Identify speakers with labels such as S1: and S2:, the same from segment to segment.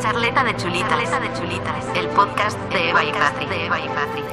S1: Charleta de chulitas. Charleta de chulitas. El podcast de Eva y Patri. De Eva y Patri.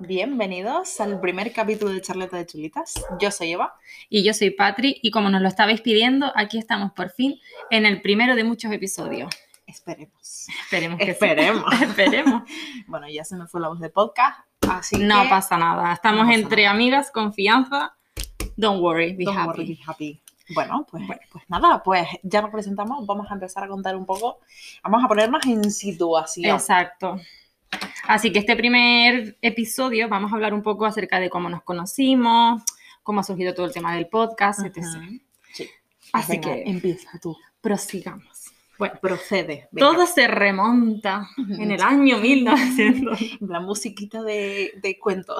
S2: Bienvenidos al primer capítulo de Charleta de Chulitas. Yo soy Eva.
S3: Y yo soy Patri, y como nos lo estabais pidiendo, aquí estamos por fin en el primero de muchos episodios.
S2: Esperemos.
S3: Esperemos que sí.
S2: Esperemos.
S3: Esperemos.
S2: Bueno, ya se me fue la voz de podcast, así
S3: No
S2: que
S3: pasa nada. Estamos
S2: pasa
S3: entre
S2: nada.
S3: amigas, confianza. Don't worry, be
S2: don't
S3: happy.
S2: worry, be happy. Bueno pues,
S3: Bueno.
S2: pues nada, pues ya nos presentamos, vamos a empezar a contar un poco, vamos a ponernos en situación.
S3: Exacto. Así que este primer episodio vamos a hablar un poco acerca de cómo nos conocimos, cómo ha surgido todo el tema del podcast, etc.
S2: Ujú. Sí.
S3: Así
S2: Venga,
S3: que
S2: empieza tú.
S3: prosigamos. Bueno,
S2: Procede. venga.
S3: todo se remonta
S2: Ujú.
S3: en el año 1900.
S2: La musiquita de, de cuento.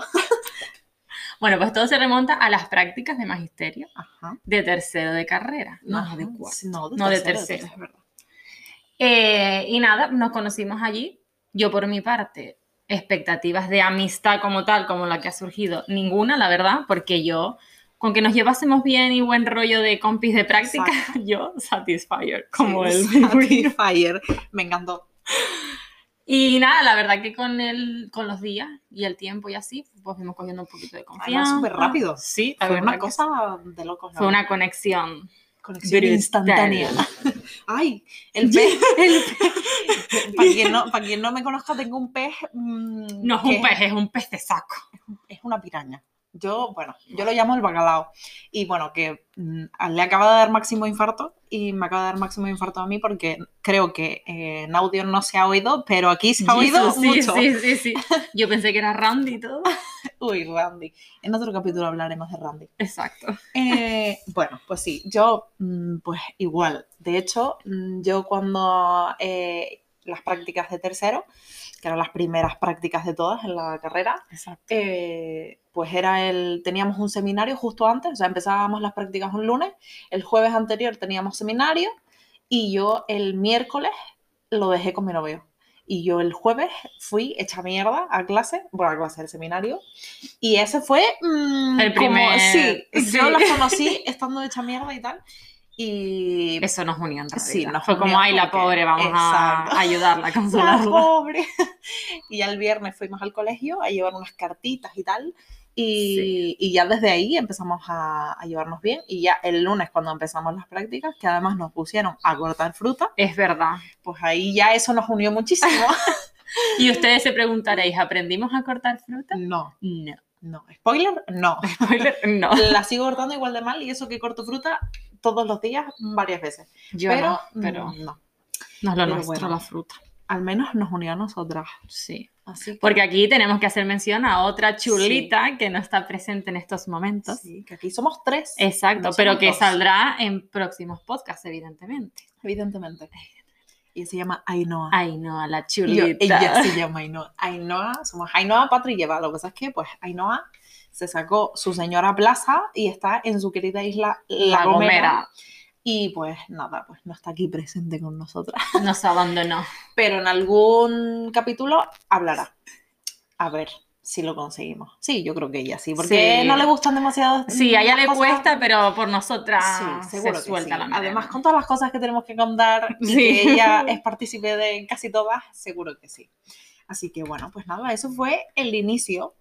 S3: Bueno, pues todo se remonta a las prácticas de magisterio
S2: Ajá.
S3: de tercero de carrera, no
S2: Ajá,
S3: de cuarto.
S2: sí, No, de
S3: No, de
S2: tercero,
S3: tercero.
S2: es verdad.
S3: Eh, y nada, nos conocimos allí. Yo por mi parte, expectativas de amistad como tal, como la que ha surgido, ninguna, la verdad, porque yo, con que nos llevásemos bien y buen rollo de compis de práctica,
S2: Exacto.
S3: yo satisfier, como
S2: Sí,
S3: el...
S2: Satisfyer. Me encantó.
S3: Y nada, la verdad que con, el, con los días y el tiempo y así, pues fuimos cogiendo un poquito de confianza.
S2: súper rápido.
S3: Sí, la
S2: Fue
S3: verdad
S2: una
S3: que sí.
S2: cosa de locos. la
S3: Fue
S2: verdad.
S3: una conexión
S2: conexión
S3: brutal.
S2: instantánea. Ay, el pez. Para quien, no, pa' quien no me conozca, tengo un pez. mm,
S3: No es un
S2: que
S3: pez, es un pez de saco.
S2: Es una piraña. Yo, bueno, yo lo llamo el bacalao. Y bueno, que mm, le acaba de dar máximo infarto y me acaba de dar máximo infarto a mí porque creo que eh, en audio no se ha oído, pero aquí se ha oído
S3: sí,
S2: mucho.
S3: sí, sí, sí. Yo pensé que era Randy y todo.
S2: Uy, Randy. En otro capítulo hablaremos de Randy.
S3: Exacto.
S2: Eh, bueno, pues sí, yo mm, pues igual. De hecho, mm, yo cuando eh, las prácticas de tercero, que eran las primeras prácticas de todas en la carrera,
S3: Exacto.
S2: eh, pues era el, teníamos un seminario justo antes, o sea, empezábamos las prácticas un lunes, el jueves anterior teníamos seminario y yo el miércoles lo dejé con mi novio. Y yo el jueves fui hecha mierda a clase, bueno, a clase del seminario, y ese fue mm,
S3: El
S2: como-
S3: primer-
S2: sí,
S3: sí.
S2: yo las conocí estando hecha mierda y tal. Y
S3: Eso nos unió en realidad.
S2: Sí, nos
S3: Fue como,
S2: unió
S3: ay, la
S2: porque-
S3: pobre, vamos
S2: Exacto.
S3: a ayudarla, a
S2: la
S3: consolarla.
S2: pobre. Y ya el viernes fuimos al colegio a llevar unas cartitas y tal. Y, y ya desde ahí empezamos a, a llevarnos bien. Y ya el lunes, cuando empezamos las prácticas, que además nos pusieron a cortar fruta,
S3: Es verdad.
S2: pues ahí ya eso nos unió muchísimo.
S3: Y ustedes se preguntaréis, ¿aprendimos a cortar fruta?
S2: No,
S3: No.
S2: no. Spoiler, no.
S3: Spoiler, no.
S2: La sigo cortando igual de mal y eso que corto fruta todos los días, varias veces.
S3: Yo
S2: pero,
S3: no, pero
S2: mm, no.
S3: no es lo
S2: pero
S3: nuestro
S2: bueno.
S3: la fruta.
S2: Al menos nos unió a nosotras.
S3: Sí.
S2: Así que,
S3: Porque aquí tenemos que hacer mención a otra chulita que no está presente en estos momentos.
S2: sí, que aquí somos tres,
S3: Exacto,
S2: No
S3: pero
S2: somos
S3: que
S2: dos.
S3: saldrá en próximos podcasts, evidentemente.
S2: evidentemente. Y se llama Ainhoa.
S3: Ainhoa, la
S2: Ah. Y yo-
S3: chulita.
S2: ella se llama Ainhoa. Ainhoa, somos Ainhoa Patri y Eva. Lo que pasa es que, pues, Ainhoa se sacó su señora plaza y está en su querida isla La,
S3: la
S2: Gomera.
S3: gomera.
S2: Y pues nada, pues no está aquí presente con nosotras.
S3: Nos abandonó.
S2: Pero en algún capítulo hablará. A ver si lo conseguimos. Sí, yo creo que ella sí, porque
S3: Sí.
S2: no le gustan demasiado.
S3: Sí, a ella
S2: las
S3: le
S2: cosas-
S3: cuesta, pero por nosotras
S2: Sí, seguro
S3: se
S2: que sí.
S3: suelta la melena.
S2: Además, con todas las cosas que tenemos que contar y
S3: Sí.
S2: que ella es partícipe de casi todas, seguro que sí. Así que bueno, pues nada, eso fue el inicio.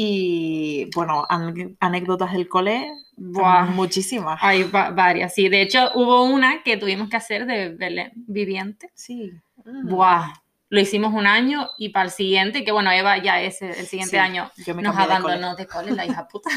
S2: Y bueno, an- anécdotas del cole,
S3: Buah.
S2: muchísimas.
S3: Hay va- varias, sí. De hecho, hubo una que tuvimos que hacer de Belén Viviente.
S2: Sí. Mm.
S3: Buah. Lo hicimos un año y para el siguiente, que bueno, Eva ya es el
S2: Sí,
S3: siguiente año,
S2: Yo me
S3: nos
S2: cambié de cole.
S3: abandonó de cole, la hija puta.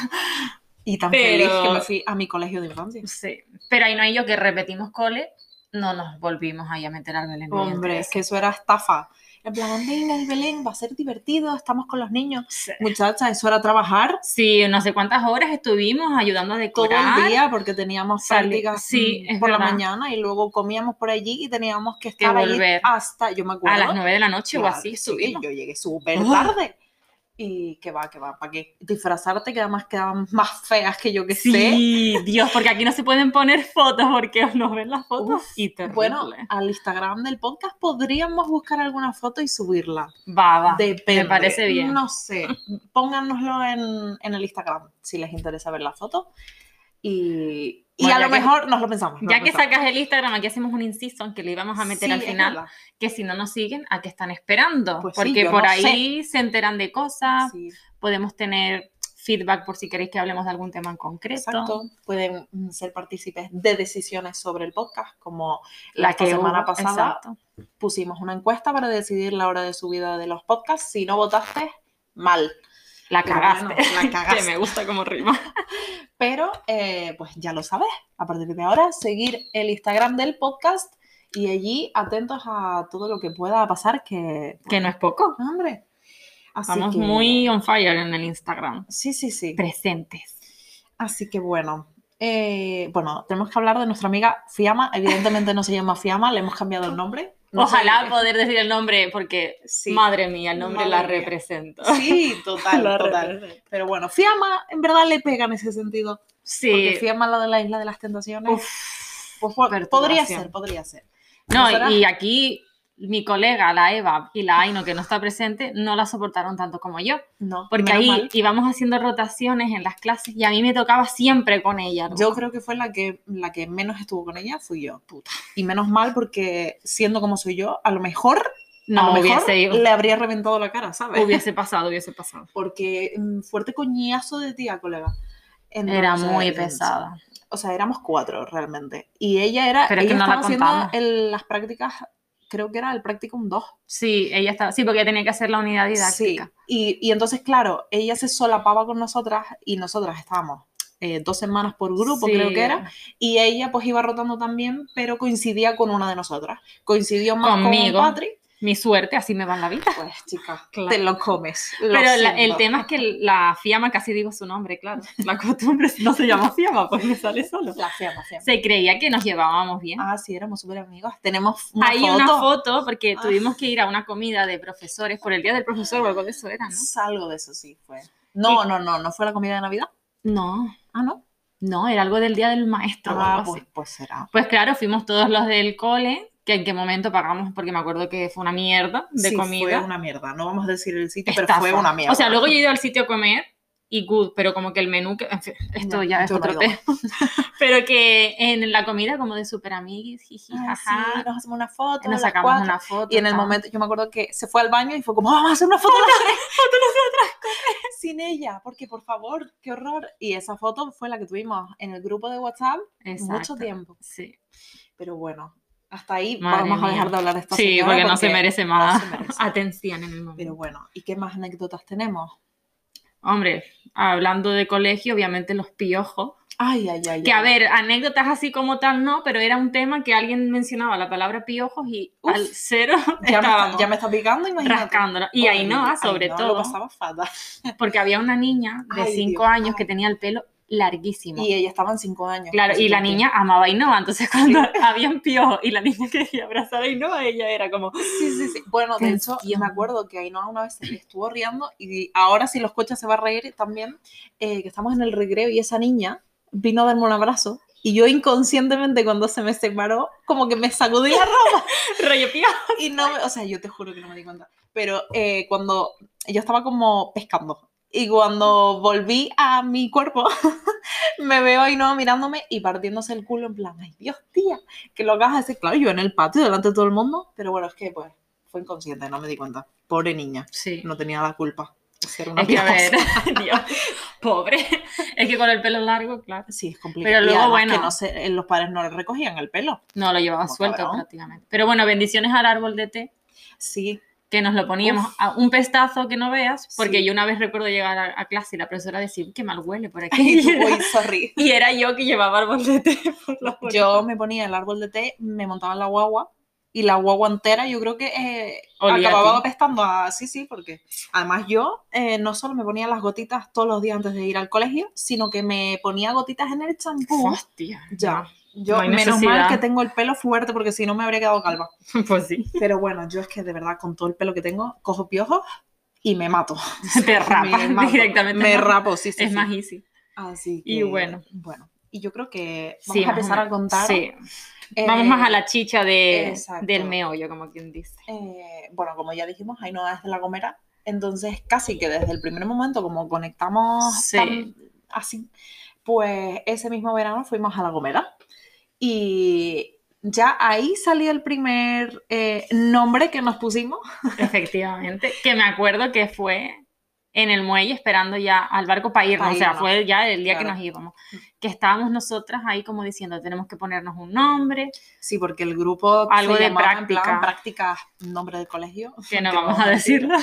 S2: Y tan
S3: Pero-
S2: feliz que me fui a mi colegio de infancia.
S3: Sí. Pero ahí no hay yo que repetimos cole, no nos volvimos ahí a meter al Belén Viviente.
S2: Hombre, es que eso era estafa. En plan, venga, el Belén, va a ser divertido, estamos con los niños.
S3: Sí.
S2: Muchacha, eso era trabajar
S3: Sí, no sé cuántas horas estuvimos ayudando a
S2: todo
S3: decorar.
S2: el día porque teníamos
S3: Salí-
S2: prácticas
S3: sí,
S2: mm,
S3: es
S2: por la
S3: verdad.
S2: mañana y luego comíamos por allí y teníamos que estar allí
S3: volver.
S2: hasta, yo me acuerdo,
S3: a las 9 de la noche
S2: claro,
S3: o así
S2: sí,
S3: estuvimos.
S2: yo llegué súper
S3: Ah.
S2: tarde. Y que va, que va, ¿para qué? Disfrazarte que además quedaban más feas que yo que sé.
S3: Sí, Dios, porque aquí no se pueden poner fotos porque nos ven las fotos
S2: Uf,
S3: y terrible.
S2: Bueno, al Instagram del podcast podríamos buscar alguna foto y subirla.
S3: va, va.
S2: Depende.
S3: me Ah, parece bien.
S2: No sé. Pónganoslo en, en el Instagram si les interesa ver la foto. Y, y
S3: Bueno,
S2: a
S3: ya
S2: lo
S3: que-
S2: mejor nos lo pensamos. nos
S3: Ya
S2: lo
S3: que
S2: pensamos.
S3: sacas el Instagram, aquí hacemos un inciso, aunque le íbamos a meter
S2: Sí,
S3: al
S2: es
S3: final,
S2: verdad.
S3: que si no nos siguen, ¿a qué están esperando?
S2: Pues sí,
S3: Porque
S2: yo
S3: por
S2: no
S3: ahí se enteran de cosas,
S2: Sí,
S3: podemos tener feedback por si queréis que hablemos de algún tema en concreto.
S2: exacto. Pueden mm, ser partícipes de decisiones sobre el podcast, como
S3: La
S2: Esta
S3: que
S2: semana
S3: hubo,
S2: pasada
S3: exacto.
S2: pusimos una encuesta para decidir la hora de subida de los podcasts. Si no votaste, mal.
S3: La
S2: Pero
S3: cagaste.
S2: bueno, la
S3: Que me
S2: cagaste.
S3: gusta como rima.
S2: Pero eh, pues ya lo sabes. A partir de ahora, seguir el Instagram del podcast y allí atentos a todo lo que pueda pasar, que
S3: Que no es poco.
S2: hombre. Así
S3: Estamos
S2: que-
S3: muy on fire en el Instagram.
S2: Sí, sí, sí.
S3: Presentes.
S2: Así que bueno. eh, bueno, tenemos que hablar de nuestra amiga Fiamma. Evidentemente no se llama Fiamma, le hemos cambiado el nombre. No sé
S3: Ojalá
S2: qué.
S3: poder decir el nombre, porque
S2: Sí.
S3: madre mía, el nombre la
S2: Madre mía.
S3: represento.
S2: Sí, total,
S3: La
S2: total.
S3: represento.
S2: Pero bueno, Fiamma en verdad le pega en ese sentido. Porque
S3: Sí.
S2: Fiamma, la de la Isla de las Tentaciones,
S3: Uf.
S2: pues, po- podría
S3: perturbación.
S2: ser, podría ser.
S3: No,
S2: Nosotras-
S3: y aquí mi colega, la Eva y la Aino, que no está presente, no la soportaron tanto como yo.
S2: No,
S3: Porque
S2: menos
S3: ahí
S2: mal.
S3: íbamos haciendo rotaciones en las clases y a mí me tocaba siempre con ella. ¿no?
S2: Yo creo que fue la que, la que menos estuvo con ella, fui yo, puta. Y menos mal porque siendo como soy yo, a lo mejor, a
S3: no
S2: lo mejor
S3: hubiese, ido.
S2: le habría reventado la cara, ¿sabes?
S3: hubiese pasado, hubiese pasado.
S2: Porque mm, fuerte coñazo de tía, colega. Entonces,
S3: Era muy pesada.
S2: O sea, éramos cuatro realmente. Y ella era,
S3: Pero es que
S2: ella
S3: no la
S2: estaba haciendo
S3: contamos.
S2: el- las prácticas, creo que era el practicum 2.
S3: Sí, ella estaba. Sí, porque ella tenía que hacer la unidad didáctica.
S2: Sí, y, y entonces, claro, ella se solapaba con nosotras y nosotras estábamos eh, dos semanas por grupo,
S3: Sí.
S2: creo que era, y ella pues iba rotando también, pero coincidía con una de nosotras. Coincidió más
S3: Conmigo.
S2: con Patri,
S3: Mi suerte, así me va en la vida.
S2: pues chicas,
S3: Claro.
S2: te lo comes. lo
S3: Pero la- el
S2: siento.
S3: tema es que la Fiamma, casi digo su nombre, claro. La costumbre no se llama Fiamma, pues me sale solo.
S2: La fiamma, fiamma.
S3: Se creía que nos llevábamos bien.
S2: Ah, sí, éramos súper amigos. Tenemos una
S3: Hay
S2: foto.
S3: una foto porque
S2: Ah.
S3: tuvimos que ir a una comida de profesores por el día del profesor o algo de eso era, ¿no?
S2: Algo de eso sí fue. No, no, no, no fue la comida de Navidad.
S3: No,
S2: Ah, no.
S3: no, era algo del día del maestro. o
S2: Ah,
S3: algo
S2: pues,
S3: así.
S2: pues será.
S3: Pues claro, fuimos todos los del cole, que en qué momento pagamos, porque me acuerdo que fue una mierda de
S2: Sí,
S3: comida.
S2: Fue una mierda. No vamos a decir el sitio, pero
S3: Estafa.
S2: fue una mierda. Ah,
S3: O sea, luego yo he ido al sitio a comer y good, pero como que el menú, que, en fin, esto
S2: Ya,
S3: ya, es
S2: yo
S3: otro
S2: no he
S3: tema.
S2: ido.
S3: pero que en la comida como de super amiguis, jiji,
S2: Ay, sí,
S3: jaja,
S2: nos hacemos una foto.
S3: nos
S2: las
S3: sacamos
S2: cuatro.
S3: una foto.
S2: Y en el
S3: tal.
S2: momento, yo me acuerdo que se fue al baño y fue como, vamos a hacer una foto nosotras. Sin ella, porque por favor, qué horror. Y esa foto fue la que tuvimos en el grupo de WhatsApp mucho
S3: Exacto,
S2: tiempo.
S3: Sí.
S2: Pero bueno, hasta ahí
S3: Madre
S2: vamos a dejar
S3: mía.
S2: de hablar de esta
S3: Sí,
S2: señora
S3: porque no se merece más
S2: se merece.
S3: atención en el momento.
S2: Pero bueno, ¿y qué más anécdotas tenemos?
S3: Hombre, hablando de colegio, obviamente los piojos.
S2: Ay, ay, ay.
S3: Que a
S2: ay.
S3: ver, anécdotas así como tal no, pero era un tema que alguien mencionaba la palabra piojos y
S2: Uf,
S3: al cero
S2: ya me, está,
S3: estábamos
S2: ya me está picando, imagínate.
S3: rascándonos. Y ahí no, sobre
S2: Ainhoa Lo
S3: todo,
S2: pasaba fatal.
S3: porque había una niña de
S2: Ay,
S3: cinco
S2: Dios,
S3: años
S2: ay.
S3: que tenía el pelo larguísimo.
S2: Y ella estaba en cinco años.
S3: Claro,
S2: así
S3: y la
S2: que-
S3: niña amaba a Innova, entonces cuando habían piojos y la niña quería abrazar a Innova, ella era como,
S2: Sí, sí, sí. Bueno, de hecho,
S3: Tensión.
S2: me acuerdo que Ainhoa una vez se le estuvo riendo y ahora si lo escucha se va a reír también, eh, que estamos en el recreo y esa niña vino a darme un abrazo y yo inconscientemente cuando se me separó, como que me sacudí la ropa
S3: rollo piojo.
S2: y no me, o sea, yo te juro que no me di cuenta, pero eh, cuando yo estaba como pescando y cuando volví a mi cuerpo, me veo a Ainhoa mirándome y partiéndose el culo en plan, ay Dios, tía, que lo acabas de hacer, claro, yo en el patio delante de todo el mundo, pero bueno, es que pues fue inconsciente, no me di cuenta. Pobre niña,
S3: Sí.
S2: no tenía la culpa. de ser una
S3: Es que a
S2: piojosa.
S3: ver, Dios, pobre. Es que con el pelo largo, claro.
S2: Sí, es complicado.
S3: Pero
S2: Y
S3: luego,
S2: además
S3: bueno.
S2: que no sé, eh, los padres no le recogían el pelo.
S3: No, lo llevaba
S2: Como
S3: suelto
S2: cabrón.
S3: prácticamente. Pero bueno, bendiciones al árbol de té,
S2: Sí,
S3: que nos lo poníamos a un pestazo que no veas, porque
S2: Sí.
S3: yo una vez recuerdo llegar a, a clase y la profesora decir, qué mal huele por aquí.
S2: Ay,
S3: Y era,
S2: uy, sorry.
S3: y era yo que llevaba árbol de té por la
S2: Yo me ponía el árbol de té, me montaba en la guagua y la guagua entera yo creo que eh,
S3: Olía a
S2: acababa
S3: ti.
S2: apestando a... Sí, sí, porque además yo eh, no solo me ponía las gotitas todos los días antes de ir al colegio, sino que me ponía gotitas en el champú.
S3: Hostia.
S2: Ya. Yo,
S3: no hay
S2: menos
S3: necesidad.
S2: mal que tengo el pelo fuerte porque si no me habría quedado calva.
S3: no. Pues sí.
S2: Pero bueno, yo es que de verdad con todo el pelo que tengo, cojo piojos y me mato.
S3: Te rapas
S2: me mato,
S3: directamente.
S2: Me
S3: ¿no?
S2: rapo, sí, sí.
S3: Es
S2: sí.
S3: más easy.
S2: Así
S3: y
S2: que,
S3: bueno.
S2: Bueno, y yo creo que vamos
S3: Sí,
S2: a
S3: más o
S2: empezar a
S3: menos.
S2: contar.
S3: Sí.
S2: eh,
S3: Vamos más a la chicha de,
S2: exacto.
S3: del meollo, como quien dice.
S2: eh, bueno, como ya dijimos, Ainhoa es de La Gomera, entonces casi que desde el primer momento, como conectamos
S3: Sí.
S2: tan- así, pues ese mismo verano fuimos a La Gomera y ya ahí salió el primer eh, nombre que nos pusimos.
S3: Efectivamente. Que me acuerdo que fue en el muelle esperando ya al barco para irnos.
S2: Pa'
S3: o sea,
S2: irnos.
S3: fue ya el día que
S2: Claro.
S3: nos íbamos. Que estábamos nosotras ahí como diciendo, tenemos que ponernos un nombre,
S2: Sí, porque el grupo
S3: Algo de
S2: llamaba en plan
S3: práctica.
S2: prácticas, nombre del colegio.
S3: que no
S2: te
S3: vamos
S2: voy
S3: a
S2: a mentir.
S3: decirlo.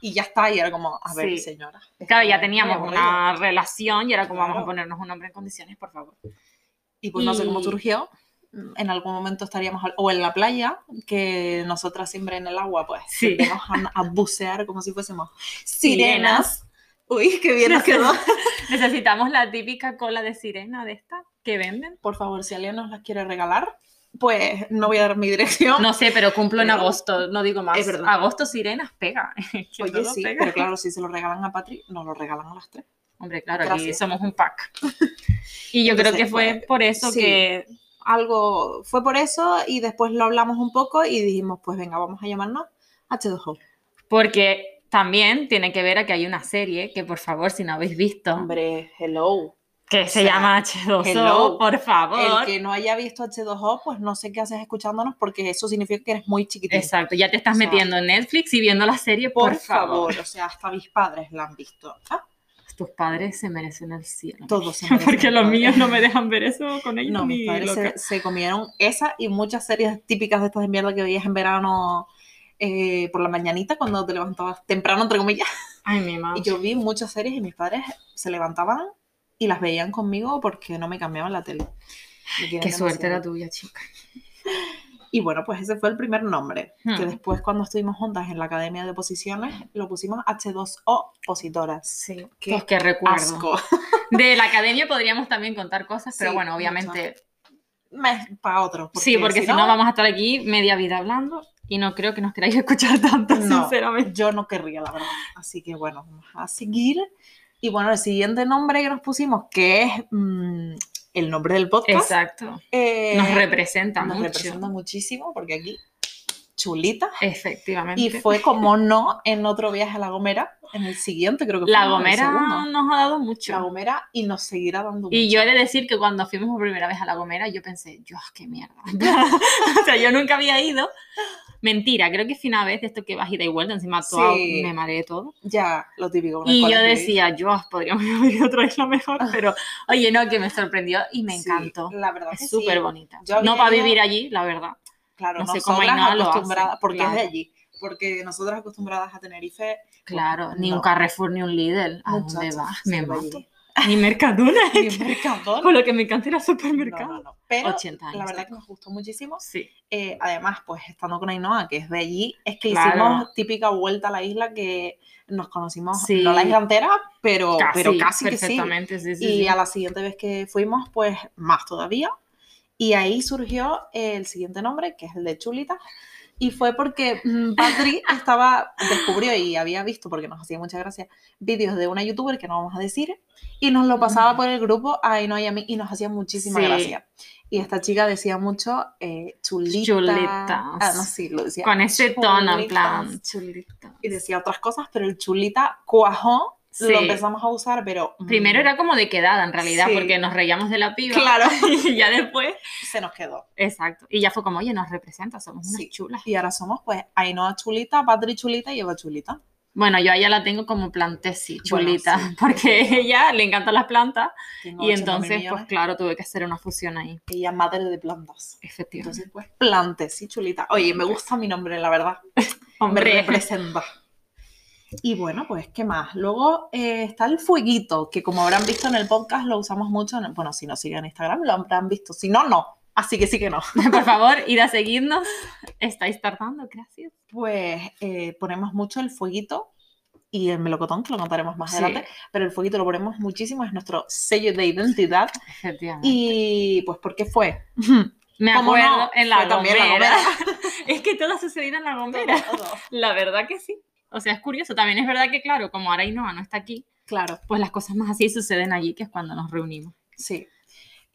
S2: Y ya está, y era como, a ver,
S3: Sí.
S2: señora.
S3: Claro,
S2: esto
S3: ya
S2: es
S3: teníamos
S2: muy aburrido.
S3: una relación y era como vamos a
S2: Claro.
S3: ponernos un nombre en condiciones, por favor.
S2: Y pues no sé cómo
S3: Y- mm.
S2: surgió. En algún momento estaríamos, al- o en la playa, que nosotras siempre en el agua, pues,
S3: Sí.
S2: tendemos a, a bucear como si fuésemos
S3: Sirenas.
S2: sirenas. Uy, qué bien nos quedó.
S3: Necesitamos la típica cola de sirena de esta que venden.
S2: Por favor, si alguien nos las quiere regalar, pues no voy a dar mi dirección.
S3: No sé, pero cumplo en
S2: Pero-
S3: agosto, no digo más.
S2: Es verdad.
S3: Agosto sirenas pega. Que no
S2: Oye,
S3: lo
S2: sí,
S3: pega.
S2: pero claro, si se lo regalan a Patri, nos lo regalan a las tres.
S3: Hombre, claro, aquí
S2: Gracias.
S3: somos un pack. Y yo creo
S2: Entonces,
S3: que fue
S2: pues,
S3: por eso
S2: sí.
S3: que
S2: Algo fue por eso y después lo hablamos un poco y dijimos, pues venga, vamos a llamarnos H2O.
S3: Porque también tiene que ver a que hay una serie que, por favor, si no habéis visto,
S2: Hombre, hello.
S3: que se
S2: o sea,
S3: llama H2O,
S2: hello.
S3: por favor.
S2: El que no haya visto H2O, pues no sé qué haces escuchándonos porque eso significa que eres muy chiquitito.
S3: Exacto, ya te estás
S2: O sea,
S3: metiendo en Netflix y viendo la serie, por,
S2: Por, favor. o sea, hasta mis padres la han visto. Ah,
S3: Tus padres se merecen el cielo.
S2: todos se
S3: Porque
S2: merecen
S3: los
S2: un padre.
S3: míos no me dejan ver eso con ellos
S2: No,
S3: ni
S2: mis padres
S3: loca.
S2: se, se comieron esa y muchas series típicas de estas de mierda que veías en verano eh, por la mañanita cuando te levantabas temprano, entre comillas.
S3: Ay, mi mamá.
S2: Y yo vi muchas series y mis padres se levantaban y las veían conmigo porque no me cambiaban la tele. Me quieren
S3: Qué suerte
S2: demasiado.
S3: la tuya, chica.
S2: Y bueno, pues ese fue el primer nombre.
S3: Hmm.
S2: Que después, cuando estuvimos juntas en la Academia de Posiciones, lo pusimos H2O Posidoras.
S3: Sí,
S2: Qué
S3: pues qué recuerdo.
S2: Asco.
S3: De la academia podríamos también contar cosas, pero
S2: Sí,
S3: bueno, obviamente
S2: Para otro.
S3: Sí, porque si no, vamos a estar aquí media vida hablando y no creo que nos queráis escuchar tanto,
S2: No.
S3: sinceramente.
S2: Yo no querría, la verdad. Así que bueno, vamos a seguir. Y bueno, el siguiente nombre que nos pusimos, que es mm, el nombre del podcast,
S3: Exacto.
S2: eh,
S3: Nos representa
S2: nos
S3: mucho.
S2: representa muchísimo, porque aquí, chulita.
S3: Efectivamente.
S2: Y fue como no en otro viaje a La Gomera, en el siguiente creo que fue.
S3: la
S2: en el
S3: Gomera
S2: segundo.
S3: nos ha dado
S2: La
S3: mucho.
S2: Gomera y nos seguirá dando
S3: Y
S2: mucho.
S3: yo he de decir que cuando fuimos por primera vez a La Gomera, yo pensé, Dios, qué mierda. o sea, yo nunca había ido. Mentira, creo que fue una vez de esto que vas ida y vuelta, encima todo,
S2: Sí.
S3: me mareé todo.
S2: Ya, lo típico. con el
S3: Y yo
S2: colectivo.
S3: decía, yo "Ah, podríamos haber ido otra vez la mejor, pero oye, no, que me sorprendió y me
S2: Sí,
S3: encantó.
S2: la verdad que
S3: Es súper
S2: sí.
S3: bonita.
S2: Yo había
S3: No para
S2: ido-
S3: vivir allí, la verdad.
S2: Claro,
S3: No sé cómo
S2: nosotras
S3: Ainhoa lo hace,
S2: acostumbradas, porque es
S3: claro.
S2: de allí. Porque nosotras acostumbradas a Tenerife,
S3: Claro, ni
S2: No.
S3: un Carrefour ni un Lidl. ¿A dónde
S2: muchachas,
S3: vas?
S2: se
S3: Me
S2: va
S3: mato.
S2: allí.
S3: Ni Mercadona.
S2: Ni un mercadona.
S3: Con lo que me encanta ir al
S2: No,
S3: supermercado.
S2: no, no. Pero
S3: 80 años.
S2: la verdad que nos gustó muchísimo.
S3: Sí.
S2: Eh, además, pues estando con Ainhoa, que es de allí, es que
S3: Claro.
S2: hicimos típica vuelta a la isla que nos conocimos,
S3: Sí.
S2: no la isla entera, pero casi, pero casi que sí.
S3: perfectamente, sí, sí,
S2: Y
S3: sí.
S2: a la siguiente vez que fuimos, pues más todavía. Y ahí surgió el siguiente nombre, que es el de Chulita. Y fue porque mm, Patri estaba, descubrió y había visto, porque nos hacía mucha gracia, vídeos de una youtuber que no vamos a decir, y nos lo pasaba por el grupo a Ainhoa y a mí, y nos hacía muchísima
S3: Sí.
S2: gracia. Y esta chica decía mucho eh, chulita.
S3: Chulitas.
S2: Ah, no, sí, lo decía.
S3: Con ese tono, en
S2: chulitas.
S3: plan, chulita.
S2: Y decía otras cosas, pero el chulita cuajó,
S3: Sí.
S2: lo empezamos a usar, pero. mm,
S3: Primero era como de quedada, en realidad,
S2: Sí.
S3: porque nos reíamos de la piba.
S2: Claro,
S3: Y ya después.
S2: se nos quedó.
S3: Exacto. Y ya fue como, oye, nos representa, somos unas
S2: Sí.
S3: chulas.
S2: Y ahora somos pues Ainhoa Chulita, Patri Chulita y Eva Chulita.
S3: Bueno, yo a ella la tengo como plantesi,
S2: Bueno,
S3: chulita,
S2: sí.
S3: porque ella le encantan las plantas
S2: Tengo
S3: y
S2: 80.000
S3: entonces, pues
S2: millones.
S3: claro, tuve que hacer una fusión ahí,
S2: Ella es madre de plantas.
S3: efectivamente.
S2: Entonces, pues, plantes y chulita. Oye, me gusta mi nombre, la verdad. Me representa. Y bueno, pues, ¿qué más? Luego eh, está el fueguito, que como habrán visto en el podcast, lo usamos mucho. en- bueno, si nos siguen en Instagram, lo habrán visto. Si no, no. Así que sí que no.
S3: por favor, id a seguirnos. Estáis tardando, gracias.
S2: Pues eh, ponemos mucho el fueguito y el melocotón, que lo contaremos más
S3: Sí.
S2: adelante. Pero el fueguito lo ponemos muchísimo, es nuestro sello de identidad.
S3: Efectivamente.
S2: Y pues, ¿por qué fue?
S3: Me
S2: ¿Cómo
S3: acuerdo
S2: no?
S3: en la
S2: Fue también
S3: Gomera.
S2: La
S3: es que todo ha sucedido en la Gomera.
S2: Todo, todo.
S3: La verdad que sí. O sea, es curioso. También es verdad que, claro, como ahora Ainhoa no está aquí,
S2: Claro,
S3: pues las cosas más así suceden allí, que es cuando nos reunimos.
S2: sí.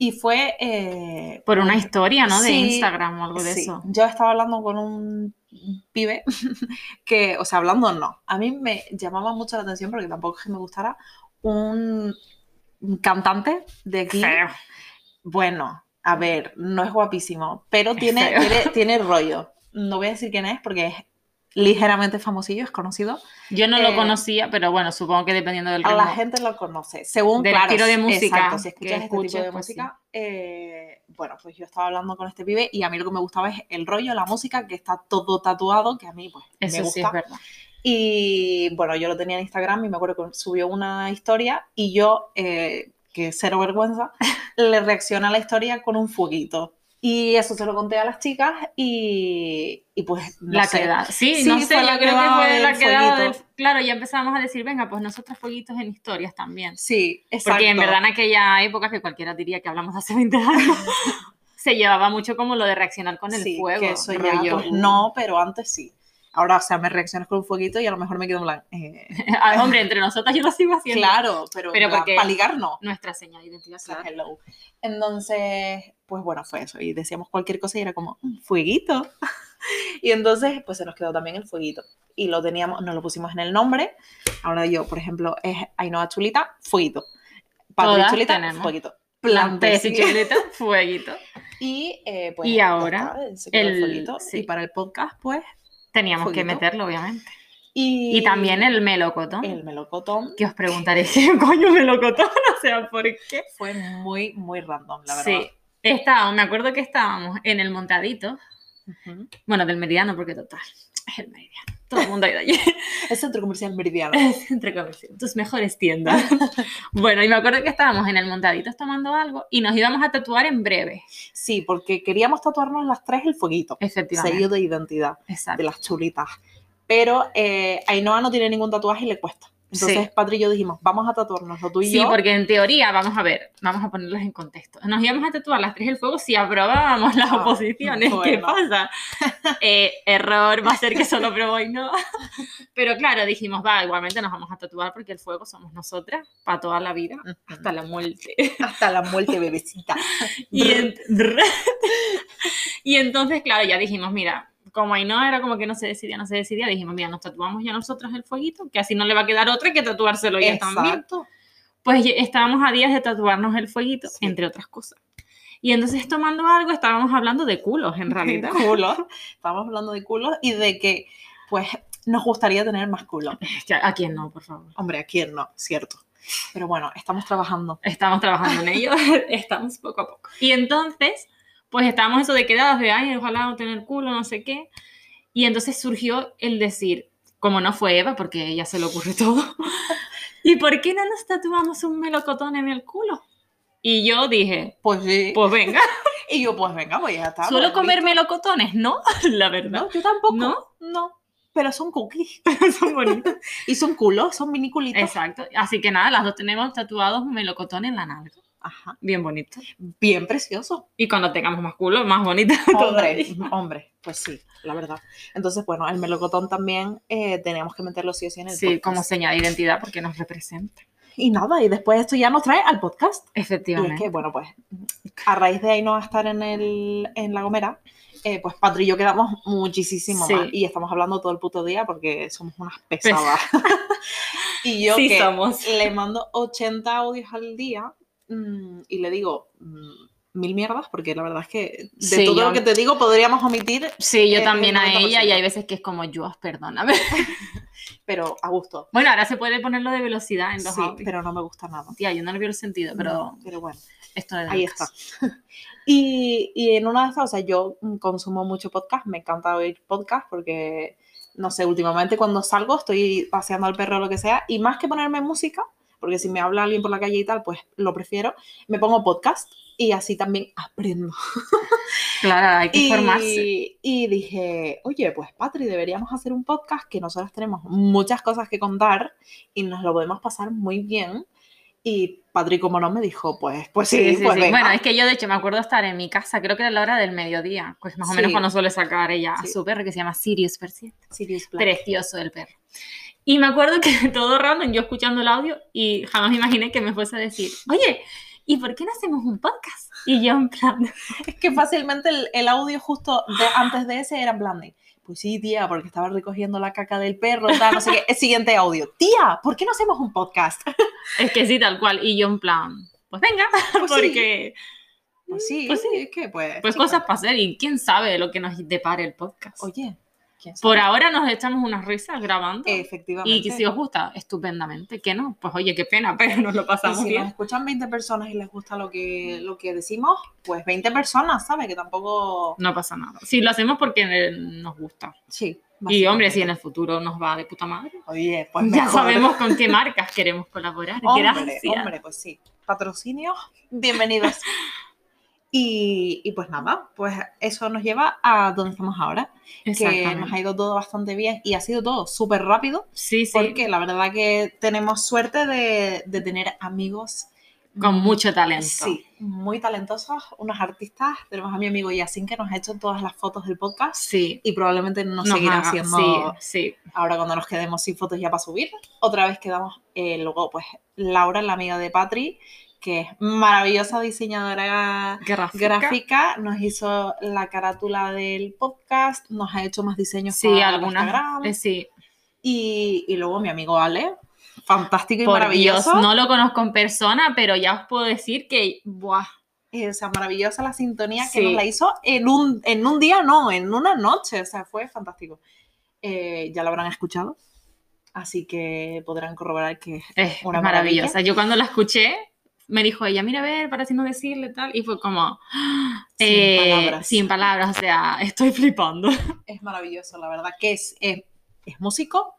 S2: Y fue... eh,
S3: Por una historia, ¿no? De
S2: Sí,
S3: Instagram o algo de
S2: Sí,
S3: eso.
S2: yo estaba hablando con un pibe que, o sea, hablando no, a mí me llamaba mucho la atención porque tampoco es que me gustara un cantante de aquí.
S3: Feo.
S2: Bueno, a ver, no es guapísimo, pero tiene,
S3: feo.
S2: tiene, tiene rollo. No voy a decir quién es porque es ligeramente famosillo, es conocido.
S3: Yo no
S2: Eh,
S3: lo conocía, pero bueno, supongo que dependiendo del
S2: A
S3: ritmo.
S2: la gente lo conoce. Según,
S3: Del
S2: claro,
S3: estilo de música
S2: exacto, si
S3: que
S2: escuchas este tipo
S3: escuches,
S2: de
S3: pues
S2: música, eh, bueno, pues yo estaba hablando con este pibe y a mí lo que me gustaba es el rollo, la música, que está todo tatuado, que a mí pues
S3: Eso
S2: me
S3: sí es
S2: gusta.
S3: verdad.
S2: y bueno, yo lo tenía en Instagram y me acuerdo que subió una historia y yo, eh, que cero vergüenza, le reaccioné a la historia con un fueguito. Y eso se lo conté a las chicas y, y pues no
S3: la
S2: sé,
S3: quedada. Sí,
S2: Sí,
S3: no sé,
S2: fue la
S3: yo creo que
S2: quedada
S3: fue
S2: del
S3: la quedada del...
S2: fueguito.
S3: Claro, ya empezábamos a decir, venga, pues nosotros fueguitos en historias también.
S2: Sí, exacto.
S3: Porque en verdad en aquella época, que cualquiera diría que hablamos hace 20 años, se llevaba mucho como lo de reaccionar con el
S2: Sí,
S3: fuego.
S2: que eso ya,
S3: rollo, Uh.
S2: pues no, pero antes sí. Ahora, o sea, me reaccionas con un fueguito y a lo mejor me quedo en blanco. eh,
S3: Ah, Hombre, entre nosotras yo lo sigo haciendo.
S2: claro, pero,
S3: Pero porque-
S2: para ligar no.
S3: Nuestra señal de identidad.
S2: O sea,
S3: claro.
S2: hello. Entonces, pues bueno, fue eso. Y decíamos cualquier cosa y era como, "Mm, fueguito. Y entonces, pues se nos quedó también el fueguito. Y lo teníamos, nos lo pusimos en el nombre. Ahora yo, por ejemplo, es Ainhoa Chulita, fueguito. Patri
S3: Todas
S2: Chulita,
S3: tenemos.
S2: fueguito.
S3: Plantes y
S2: Plantes y-
S3: chuleta, fueguito.
S2: Y, eh, pues,
S3: Y
S2: ya
S3: ahora,
S2: está, se quedó el,
S3: el-
S2: fueguito.
S3: sí.
S2: Y para el podcast, pues.
S3: Teníamos que
S2: Fueguito.
S3: meterlo, obviamente.
S2: Y,
S3: Y también el melocotón.
S2: El melocotón
S3: Que os preguntaréis, ¿qué coño melocotón? O sea, ¿por qué?
S2: fue muy, muy random, la verdad.
S3: Sí. Estábamos, me acuerdo que estábamos en el montadito,
S2: Ujú.
S3: Bueno, del meridiano, porque total, es el meridiano. Todo el mundo ha ido allí.
S2: Es centro comercial meridiano.
S3: Entre comillas, tus mejores tiendas. bueno, y me acuerdo que estábamos en el montaditos tomando algo y nos íbamos a tatuar en breve.
S2: Sí, porque queríamos tatuarnos las tres el fueguito,
S3: Efectivamente.
S2: sello de identidad de
S3: Exacto.
S2: las chulitas. Pero eh, Ainhoa no tiene ningún tatuaje y le cuesta. Entonces,
S3: Sí.
S2: Patri y yo dijimos, vamos a tatuarnos lo tú y
S3: Sí,
S2: yo.
S3: porque en teoría, vamos a ver, vamos a ponerlos en contexto. Nos íbamos a tatuar las tres del fuego si aprobábamos las
S2: Ah,
S3: oposiciones. ¿Qué
S2: bueno.
S3: pasa? Eh, error, va a ser que solo aprobó y no. Pero claro, dijimos, va, igualmente nos vamos a tatuar porque el fuego somos nosotras para toda la vida,
S2: Ujú.
S3: hasta la muerte.
S2: Hasta la muerte, bebecita.
S3: Y, en- y entonces, claro, ya dijimos, mira, como Ainhoa era como que no se decidía, no se decidía, dijimos, mira, nos tatuamos ya nosotros el fueguito, que así no le va a quedar otra que tatuárselo ya también.
S2: Exacto.
S3: Pues ye- estábamos a días de tatuarnos el fueguito,
S2: Sí.
S3: entre otras cosas. Y entonces tomando algo estábamos hablando de culos, en realidad.
S2: Culos. Estamos hablando de culos y de que, pues, nos gustaría tener más culo.
S3: Es que, ¿A quién no, por favor?
S2: Hombre, ¿a quién no? Cierto. Pero bueno, estamos trabajando.
S3: Estamos trabajando en ello, estamos poco a poco. Y entonces, pues estábamos eso de quedadas de, ay, ojalá no tener culo, no sé qué. Y entonces surgió el decir, como no fue Eva, porque ella se le ocurre todo, ¿y por qué no nos tatuamos un melocotón en el culo? Y yo dije,
S2: Pues sí.
S3: pues venga,
S2: Y yo, pues venga, pues ya está.
S3: suelo
S2: pues,
S3: comer melocotones, ¿no? La verdad.
S2: No, yo tampoco.
S3: ¿No?
S2: No. Pero son cookies.
S3: Son bonitos.
S2: Y son culos, son miniculitos.
S3: Exacto. Así que nada, las dos tenemos tatuados un melocotón en la nalga.
S2: Ajá.
S3: Bien bonito.
S2: Bien precioso.
S3: Y cuando tengamos más culo, más bonito.
S2: Hombre,
S3: todavía.
S2: hombre, pues sí, la verdad. Entonces, bueno, el melocotón también eh, teníamos que meterlo sí o sí en el
S3: Sí,
S2: podcast.
S3: como señal de identidad porque nos representa.
S2: Y nada, y después esto ya nos trae al podcast. Y es
S3: Efectivamente.
S2: que, bueno, pues a raíz de ahí no estar en, el, en La Gomera, eh, pues Patri y yo quedamos muchísimo
S3: Sí.
S2: más. Y estamos hablando todo el puto día porque somos unas pesadas. y yo
S3: sí
S2: que
S3: somos.
S2: le mando 80 audios al día mm, y le digo mm, mil mierdas porque la verdad es que de
S3: Sí,
S2: todo
S3: yo-
S2: lo que te digo podríamos omitir,
S3: Sí, yo
S2: Eh,
S3: también
S2: un
S3: a
S2: 90%.
S3: ella y hay veces que es como yo, perdóname.
S2: pero a gusto.
S3: Bueno, ahora se puede poner lo de velocidad en los
S2: Sí,
S3: audios.
S2: pero no me gusta nada.
S3: Tía, yo no le veo el sentido, pero
S2: No, pero bueno,
S3: esto no es
S2: ahí
S3: el
S2: está.
S3: caso.
S2: Y, y en una de estas, o sea, yo mm, consumo mucho podcast, me encanta oír podcast porque, no sé, últimamente cuando salgo estoy paseando al perro o lo que sea y más que ponerme música, porque si me habla alguien por la calle y tal, pues lo prefiero, me pongo podcast y así también aprendo.
S3: Claro, hay que
S2: Y-
S3: formarse.
S2: Y dije, oye, pues Patri, deberíamos hacer un podcast que nosotras tenemos muchas cosas que contar y nos lo podemos pasar muy bien. Y Patri, como no, me dijo, pues, pues sí, pues venga.
S3: Bueno, es que yo de hecho me acuerdo estar en mi casa, creo que era la hora del mediodía, pues más o menos
S2: Sí.
S3: cuando suele sacar ella
S2: Sí.
S3: a su perro que se llama Sirius, por cierto.
S2: Sirius Black.
S3: Precioso el perro. Y me acuerdo que todo random, yo escuchando el audio y jamás me imaginé que me fuese a decir, oye, ¿y por qué no hacemos un podcast? Y yo en plan,
S2: Es que fácilmente el, el audio justo de- antes de ese era en plan de, pues sí, tía, porque estaba recogiendo la caca del perro, tal, no sé qué. El siguiente audio, tía, ¿por qué no hacemos un podcast?
S3: es que sí, tal cual. Y yo en plan, pues venga,
S2: Pues sí.
S3: porque
S2: Pues sí,
S3: Pues sí.
S2: es que pues...
S3: pues
S2: chica.
S3: cosas para hacer y quién sabe lo que nos depare el podcast.
S2: Oye, ¿quién sabe?
S3: Por ahora nos echamos unas risas grabando.
S2: Efectivamente.
S3: Y que si os gusta, estupendamente. Que no, pues oye, qué pena, pero nos lo
S2: Y
S3: pasamos
S2: si nos
S3: bien.
S2: escuchan 20 personas y les gusta lo que, lo que decimos, pues 20 personas, ¿sabes? Que tampoco...
S3: No pasa nada. Si lo hacemos porque eh, nos gusta.
S2: Sí.
S3: Y hombre, si en
S2: básicamente.
S3: el futuro nos va de puta madre,
S2: Oye, pues
S3: ya
S2: mejor.
S3: sabemos con qué marcas queremos colaborar.
S2: Hombre,
S3: Gracias.
S2: hombre, pues sí. Patrocinios, bienvenidos. Y, y pues nada, pues eso nos lleva a donde estamos ahora, que
S3: Exactamente.
S2: nos ha ido todo bastante bien y ha sido todo súper rápido,
S3: Sí, sí.
S2: porque la verdad que tenemos suerte de, de tener amigos
S3: Con mucho talento.
S2: Sí, muy talentosos, unos artistas. Tenemos a mi amigo Yacine que nos ha hecho todas las fotos del podcast
S3: Sí.
S2: y probablemente nos,
S3: Nos
S2: seguirá
S3: haga-
S2: haciendo
S3: Sí, sí.
S2: ahora cuando nos quedemos sin fotos ya para subir. Otra vez quedamos, eh, luego pues Laura, la amiga de Patri, que es maravillosa diseñadora
S3: Gráfica.
S2: gráfica, nos hizo la carátula del podcast, nos ha hecho más diseños
S3: Sí,
S2: para
S3: algunas.
S2: Instagram.
S3: eh, sí.
S2: Y, y luego mi amigo Ale, fantástico y
S3: Por Dios,
S2: maravilloso.
S3: no lo conozco en persona, pero ya os puedo decir que, buah,
S2: Eh, o sea, maravillosa la sintonía que
S3: Sí.
S2: nos la hizo en un, en un día, no, en una noche. O sea, fue fantástico. Eh, ya la habrán escuchado, así que podrán corroborar que
S3: es
S2: Una
S3: maravillosa. Yo cuando la escuché, me dijo ella, mira, a ver, para si no decirle tal, y fue como, ¡ah!
S2: Sin
S3: eh,
S2: palabras.
S3: sin palabras, o sea, estoy flipando.
S2: es maravilloso, la verdad, que es, es, es músico.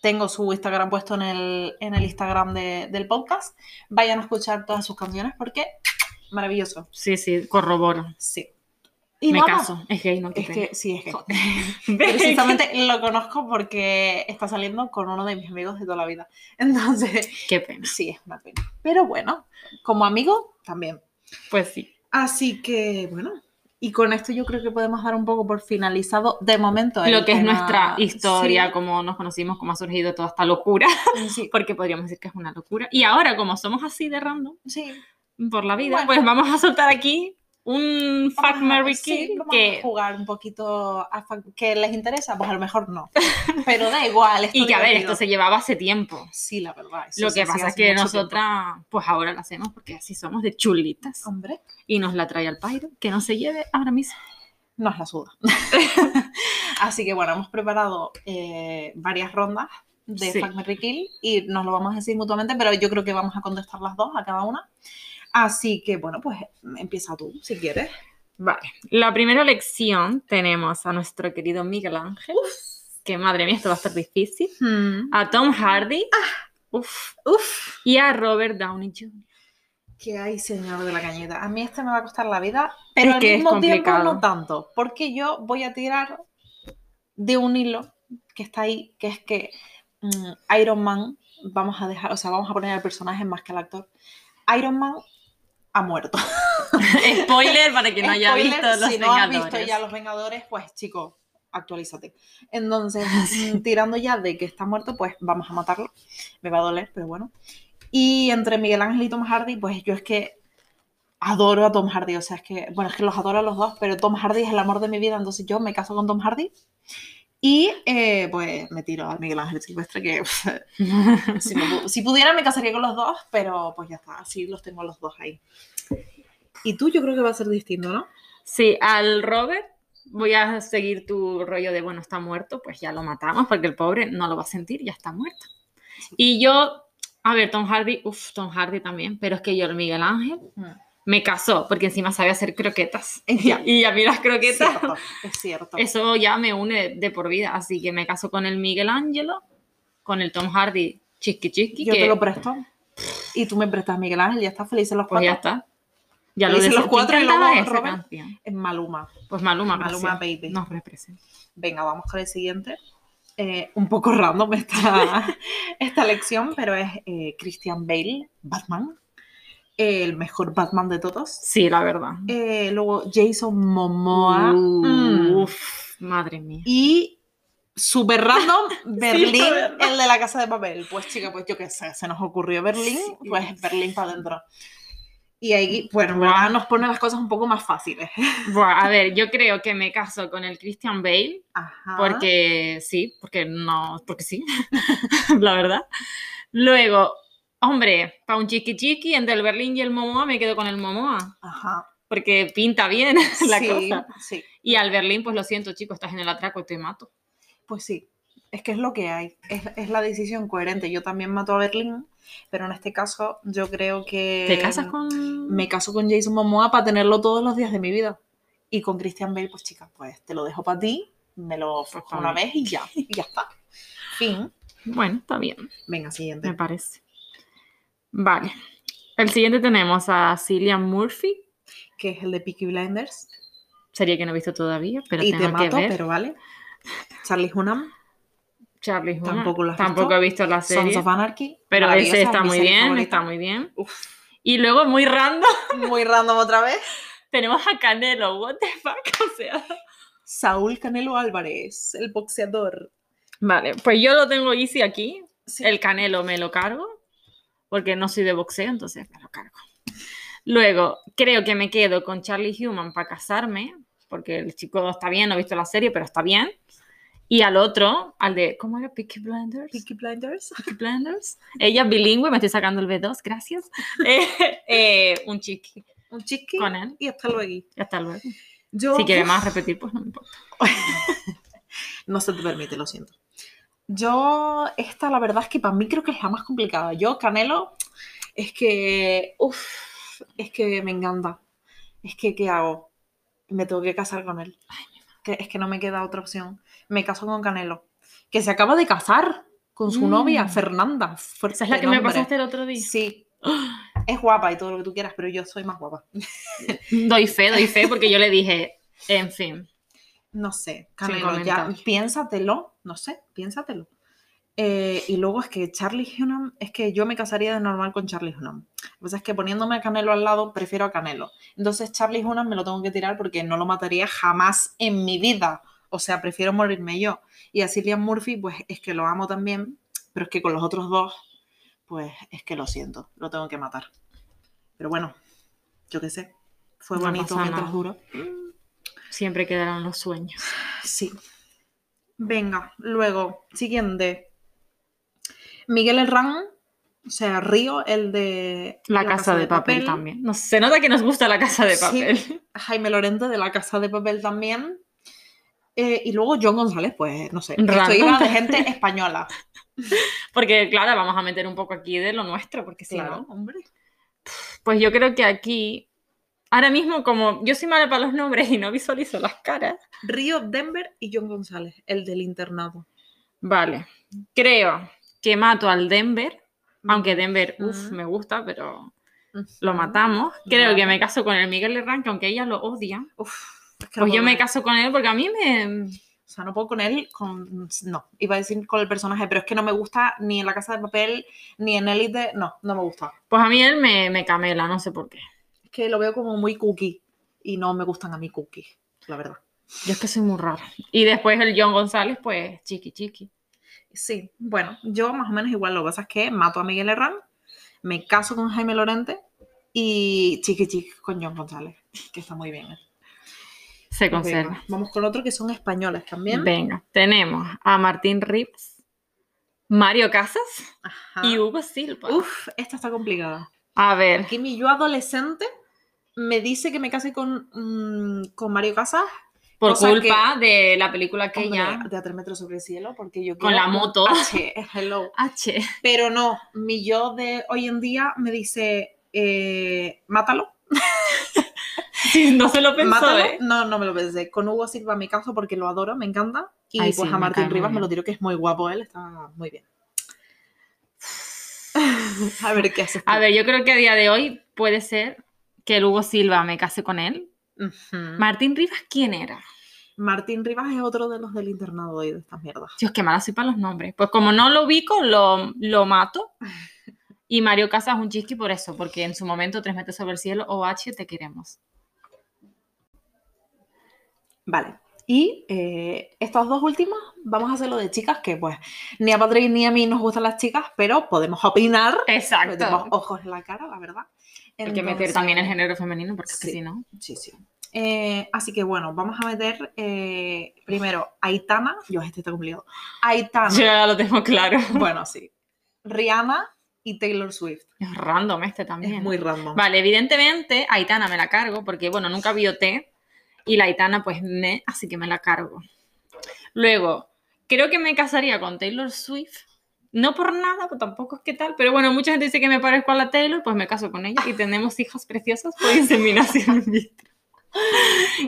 S2: Tengo su Instagram puesto en el, en el Instagram de- del podcast. Vayan a escuchar todas sus canciones porque maravilloso.
S3: Sí, sí, corroboro.
S2: Sí. Y
S3: me
S2: nada,
S3: caso, es gay, no qué
S2: Es
S3: pena.
S2: que, sí, es que.
S3: Joder.
S2: Precisamente lo conozco porque está saliendo con uno de mis amigos de toda la vida. Entonces,
S3: qué pena.
S2: Sí, es una pena. Pero bueno, como amigo también.
S3: Pues sí.
S2: Así que, bueno, y con esto yo creo que podemos dar un poco por finalizado de momento. el
S3: Lo que es
S2: tema-
S3: nuestra historia,
S2: Sí,
S3: cómo nos conocimos, cómo ha surgido toda esta locura,
S2: sí,
S3: porque podríamos decir que es una locura. Y ahora, como somos así de random,
S2: sí.
S3: por la vida,
S2: Bueno.
S3: pues vamos a soltar aquí un Fuck
S2: Vamos a-
S3: Mary
S2: sí,
S3: Kill
S2: vamos a
S3: que,
S2: jugar un poquito a fa- que les interesa, pues a lo mejor no. Pero da igual. está
S3: y que a ver,
S2: divertido.
S3: esto se llevaba hace tiempo.
S2: Sí, la verdad. eso
S3: Lo
S2: se
S3: que
S2: hacía
S3: pasa es
S2: hace
S3: que
S2: mucho
S3: nosotras, pues ahora lo hacemos porque así somos de chulitas.
S2: tiempo. Hombre,
S3: Y nos la trae al pairo, que no se lleve ahora mismo.
S2: nos la suda. Así que bueno, hemos preparado eh, varias rondas de
S3: Sí.
S2: Fuck Mary Kill y nos lo vamos a decir mutuamente, pero yo creo que vamos a contestar las dos a cada una. Así que bueno, pues empieza tú si quieres.
S3: Vale. La primera lección tenemos a nuestro querido Miguel Ángel, que madre mía, esto va a ser difícil. A Tom Hardy. Uf.
S2: Ah. Uf,
S3: Y a Robert Downey Jr.
S2: que hay señor de la cañeta. A mí este me va a costar la vida, pero
S3: Es
S2: al
S3: que es
S2: mismo tiempo
S3: complicado.
S2: no tanto, porque yo voy a tirar de un hilo que está ahí, que es que mm, Iron Man, vamos a dejar, o sea, vamos a poner al personaje más que al actor. Iron Man ha muerto.
S3: Spoiler para que no haya
S2: Spoiler,
S3: visto los
S2: si no has
S3: Vengadores.
S2: visto ya los Vengadores, pues chico, actualízate. Entonces, mm, tirando ya de que está muerto, pues vamos a matarlo. Me va a doler, pero bueno. Y entre Miguel Ángel y Tom Hardy, pues yo es que adoro a Tom Hardy. O sea, es que, bueno, es que los adoro a los dos, pero Tom Hardy es el amor de mi vida, entonces yo me caso con Tom Hardy. Y eh, pues me tiro al Miguel Ángel Silvestre, que si, me pu- si pudiera me casaría con los dos, pero pues ya está, así los tengo a los dos ahí. Y tú yo creo que va a ser distinto, ¿no?
S3: Sí, al Robert voy a seguir tu rollo de, bueno, está muerto, pues ya lo matamos porque el pobre no lo va a sentir, ya está muerto. Y yo, a ver, Tom Hardy, uff, Tom Hardy también, pero es que yo, el Miguel Ángel, me casó porque encima sabe hacer croquetas.
S2: Ya.
S3: Y a mí las
S2: Es
S3: croquetas,
S2: cierto, es cierto.
S3: eso ya me une de, de por vida, así que me caso con el Miguel Ángelo, con el Tom Hardy, chisqui chisqui,
S2: Yo
S3: que
S2: te lo presto. Y tú me prestas Miguel Ángel, ya está felices los
S3: pues ya
S2: cuatro.
S3: está. Ya
S2: Dicen los
S3: dese- ¿Quién
S2: cuatro y luego
S3: cantaba esa
S2: Robert.
S3: canción?
S2: En Maluma.
S3: Pues Maluma,
S2: Maluma
S3: gracias.
S2: Baby.
S3: Nos representa.
S2: Venga, vamos con el siguiente. Eh, un poco random esta, esta lección, pero es eh, Christian Bale, Batman. El mejor Batman de todos.
S3: Sí, la verdad.
S2: Eh, luego Jason Momoa. Mm.
S3: Uf, madre mía.
S2: Y Super random, Berlín,
S3: joder.
S2: el de la casa de papel. Pues chica, pues yo qué sé, se nos ocurrió Berlín,
S3: Sí. Mm.
S2: pues Berlín para adentro. Y ahí, bueno, ¿verdad? nos pone las cosas un poco más fáciles.
S3: Buah, a ver, yo creo que me caso con el Christian Bale,
S2: Ajá.
S3: porque sí, porque no, porque sí, la verdad. Luego, hombre, para un chiqui chiqui entre el Berlín y el Momoa me quedo con el Momoa,
S2: Ajá.
S3: porque pinta bien la
S2: sí,
S3: cosa.
S2: sí,
S3: Y al Berlín, pues lo siento, chicos, estás en el atraco y te mato.
S2: pues sí. Es que es lo que hay. Es, es la decisión coherente. Yo también mato a Berlín, pero en este caso yo creo que.
S3: ¿Te casas con...?
S2: Em, Me caso con Jason Momoa para tenerlo todos los días de mi vida. Y con Christian Bale, pues chicas, pues te lo dejo para ti, me lo ofrezco
S3: pa'
S2: una
S3: mí.
S2: vez y ya, y ya está. Fin.
S3: Bueno, está bien.
S2: Venga,
S3: me
S2: siguiente.
S3: parece. Vale. El siguiente tenemos a Cillian Murphy.
S2: Que es el de Peaky Blinders.
S3: Sería que no he visto todavía, pero
S2: y
S3: tengo
S2: te
S3: que
S2: mato,
S3: ver.
S2: pero vale. Charlie Hunnam,
S3: Charlie Hunnam.
S2: Tampoco la has
S3: Tampoco
S2: visto.
S3: he visto la serie.
S2: Sons of Anarchy.
S3: Pero
S2: maravillosa,
S3: ese está
S2: mi
S3: muy
S2: serie
S3: bien,
S2: favorita.
S3: está muy bien.
S2: Uf.
S3: Y luego, muy random,
S2: Muy random otra vez.
S3: tenemos a Canelo. What the fuck, o sea.
S2: Saúl Canelo Álvarez, el boxeador.
S3: Vale, pues yo lo tengo easy aquí.
S2: Sí.
S3: El Canelo me lo cargo, porque no soy de boxeo, entonces me lo cargo. Luego, creo que me quedo con Charlie Human para casarme, porque el chico está bien, no he visto la serie, pero está bien. Y al otro, al de, ¿cómo era? Peaky Blinders.
S2: Peaky Blinders.
S3: Peaky Blinders. Ella es bilingüe, me estoy sacando el B2, gracias. Eh, eh, un chiqui
S2: Un chiqui.
S3: con él.
S2: Y hasta luego.
S3: y Hasta luego.
S2: Yo,
S3: Si quiere más repetir, pues no me importa.
S2: No se te permite, lo siento. Yo, esta la verdad es que para mí creo que es la más complicada. Yo, Canelo, es que, uff, es que me encanta. Es que, ¿qué hago? Me tengo que casar con él. Que, es que no me queda otra opción. Me caso con Canelo, que se acaba de casar con su
S3: Mm.
S2: novia, Fernanda.
S3: Esa es la
S2: fuerte
S3: que me
S2: nombre.
S3: pasaste el otro día.
S2: Sí. Es guapa y todo lo que tú quieras, pero yo soy más guapa.
S3: Doy fe, doy fe, porque yo le dije, en fin.
S2: No sé, Canelo, ya
S3: comentarios.
S2: piénsatelo, no sé, piénsatelo. Eh, y luego es que Charlie Hunnam, es que yo me casaría de normal con Charlie Hunnam. Lo que pasa es que poniéndome a Canelo al lado, prefiero a Canelo. Entonces Charlie Hunnam me lo tengo que tirar porque no lo mataría jamás en mi vida. O sea, prefiero morirme yo. Y a Cillian Murphy, pues es que lo amo también, pero es que con los otros dos, pues es que lo siento, lo tengo que matar. Pero bueno, yo qué sé, fue
S3: No
S2: bonito
S3: pasa
S2: mientras
S3: nada.
S2: duró.
S3: Siempre quedarán los sueños.
S2: Sí. Venga, luego, siguiente. Miguel Herrán, o sea, Río, el de
S3: La, casa, de, papel, también. No, se nota que nos gusta la casa de
S2: Sí.
S3: papel.
S2: Jaime Lorente de La Casa de Papel también. Eh, y luego John González, pues no sé. Esto
S3: Random.
S2: iba de gente española.
S3: Porque, claro, vamos a meter un poco aquí de lo nuestro, porque si no.
S2: hombre.
S3: Pues yo creo que aquí. Ahora mismo, como yo soy mala para los nombres y no visualizo las caras.
S2: Río, Denver y John González, el del internado.
S3: Vale. Creo que mato al Denver. Aunque Denver, uff,
S2: Ujú.
S3: me gusta, pero
S2: Ujú.
S3: lo matamos. Creo
S2: Vale.
S3: que me caso con el Miguel Herrán, que aunque ella lo odia,
S2: Uf, es que no puedo
S3: pues yo me
S2: con él.
S3: caso con él porque a mí me.
S2: O sea, no puedo con él, con... no, iba a decir con el personaje, pero es que no me gusta ni en La Casa de Papel, ni en Élite, no, no me gusta.
S3: Pues a mí él me, me camela, no sé por qué.
S2: Es que lo veo como muy cookie y no me gustan a mí cookies, la verdad.
S3: Yo es que soy muy rara. Y después el John González, pues chiqui chiqui.
S2: Sí, bueno, yo más o menos igual, lo que pasa es que mato a Miguel Herrán, me caso con Jaime Lorente y chiqui chiqui con John González, que está muy bien.
S3: Se conserva.
S2: Venga, vamos con otro que son españoles también.
S3: Venga, tenemos a Martín Rips, Mario Casas
S2: Ajá.
S3: y Hugo Silva.
S2: Uf, esta está complicada.
S3: A ver,
S2: Aquí mi yo adolescente me dice que me case con, mm, con Mario Casas.
S3: por
S2: cosa
S3: culpa de la película que
S2: Hombre,
S3: ya.
S2: De a tres metros sobre el cielo, porque yo
S3: Con
S2: quiero
S3: la
S2: un
S3: moto.
S2: H, hello.
S3: H.
S2: Pero no, mi yo de hoy en día me dice, eh, mátalo,
S3: Sí, no se lo pensó,
S2: mátalo.
S3: ¿eh?
S2: No, no me lo pensé. Con Hugo Silva me caso porque lo adoro, me encanta. Y
S3: Ay,
S2: pues
S3: sí,
S2: a
S3: me
S2: Martín
S3: cae muy
S2: Rivas me
S3: bien.
S2: lo diré que es muy guapo él, está muy bien. a ver qué haces. tú?
S3: A ver, yo creo que a día de hoy puede ser que el Hugo Silva me case con él.
S2: Ujú.
S3: Martín Rivas, ¿quién era?
S2: Martín Rivas es otro de los del internado y de estas mierdas.
S3: Dios, qué mala soy para los nombres. Pues como no lo ubico, lo, lo mato. Y Mario Casas es un chisqui por eso, porque en su momento Tres metros sobre el cielo o H te queremos.
S2: Vale. Y eh, estas dos últimas vamos a hacerlo de chicas, que pues ni a Patrick ni a mí nos gustan las chicas, pero podemos opinar. porque Tenemos
S3: Exacto.
S2: ojos en la cara, la verdad.
S3: Hay que meter
S2: Entonces-
S3: también el género femenino, porque es que
S2: Sí.
S3: si no.
S2: Sí, sí. Eh, así que bueno, vamos a meter eh, primero Aitana. Yo, este está complicado. Aitana.
S3: Yo ya lo tengo claro.
S2: Bueno, sí. Rihanna y Taylor Swift.
S3: Es random este también.
S2: Es muy random.
S3: Vale, evidentemente, Aitana me la cargo, porque bueno, nunca vi OT y la Aitana, pues me, así que me la cargo. Luego, creo que me casaría con Taylor Swift. No por nada, pues tampoco es que tal, pero bueno, mucha gente dice que me parezco a la Taylor, pues me caso con ella y tenemos hijas preciosas pues, por inseminación in vitro.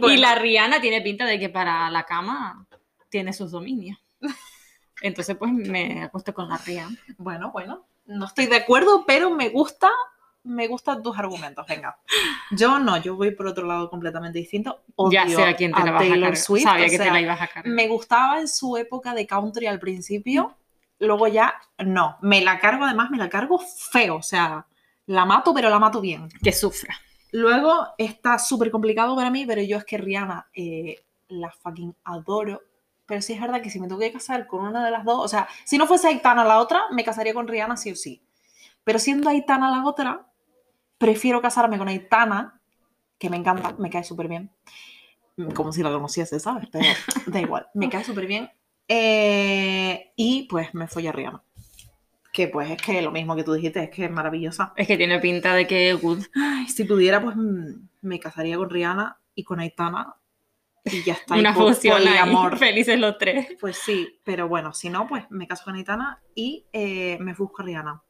S2: Bueno,
S3: Y la Rihanna tiene pinta de que para la cama tiene sus dominios. Entonces, pues me acuesto con la Rihanna.
S2: bueno, bueno. No estoy de acuerdo, pero me gusta, me gustan tus argumentos. Venga. Yo no, yo voy por otro lado completamente distinto. Odio
S3: ya sé a quién te la vas a
S2: Taylor
S3: cargar.
S2: Swift.
S3: Sabía
S2: o
S3: que te
S2: sea,
S3: la ibas a cargar.
S2: me gustaba en su época de country al principio, luego ya no. Me la cargo, además, me la cargo feo. O sea, la mato, pero la mato bien.
S3: Que sufra.
S2: Luego está súper complicado para mí, pero yo es que Rihanna eh, la fucking adoro. Pero sí es verdad que si me tengo que casar con una de las dos, o sea, si no fuese Aitana la otra, me casaría con Rihanna sí o sí. Pero siendo Aitana la otra, prefiero casarme con Aitana, que me encanta, me cae súper bien. Mm, Como si la conociese, ¿sabes? Pero da igual, me cae súper bien. Eh, y pues me follé a Rihanna. Que pues es que lo mismo que tú dijiste, es que es maravillosa.
S3: Es que tiene pinta de que Good.
S2: Ay, si pudiera, pues mm, me casaría con Rihanna y con Aitana y ya está. y
S3: Una
S2: po-
S3: fusión ahí.
S2: poliamor.
S3: Felices los tres.
S2: Pues sí, pero bueno, si no, pues me caso con Aitana y eh, me busco a Rihanna.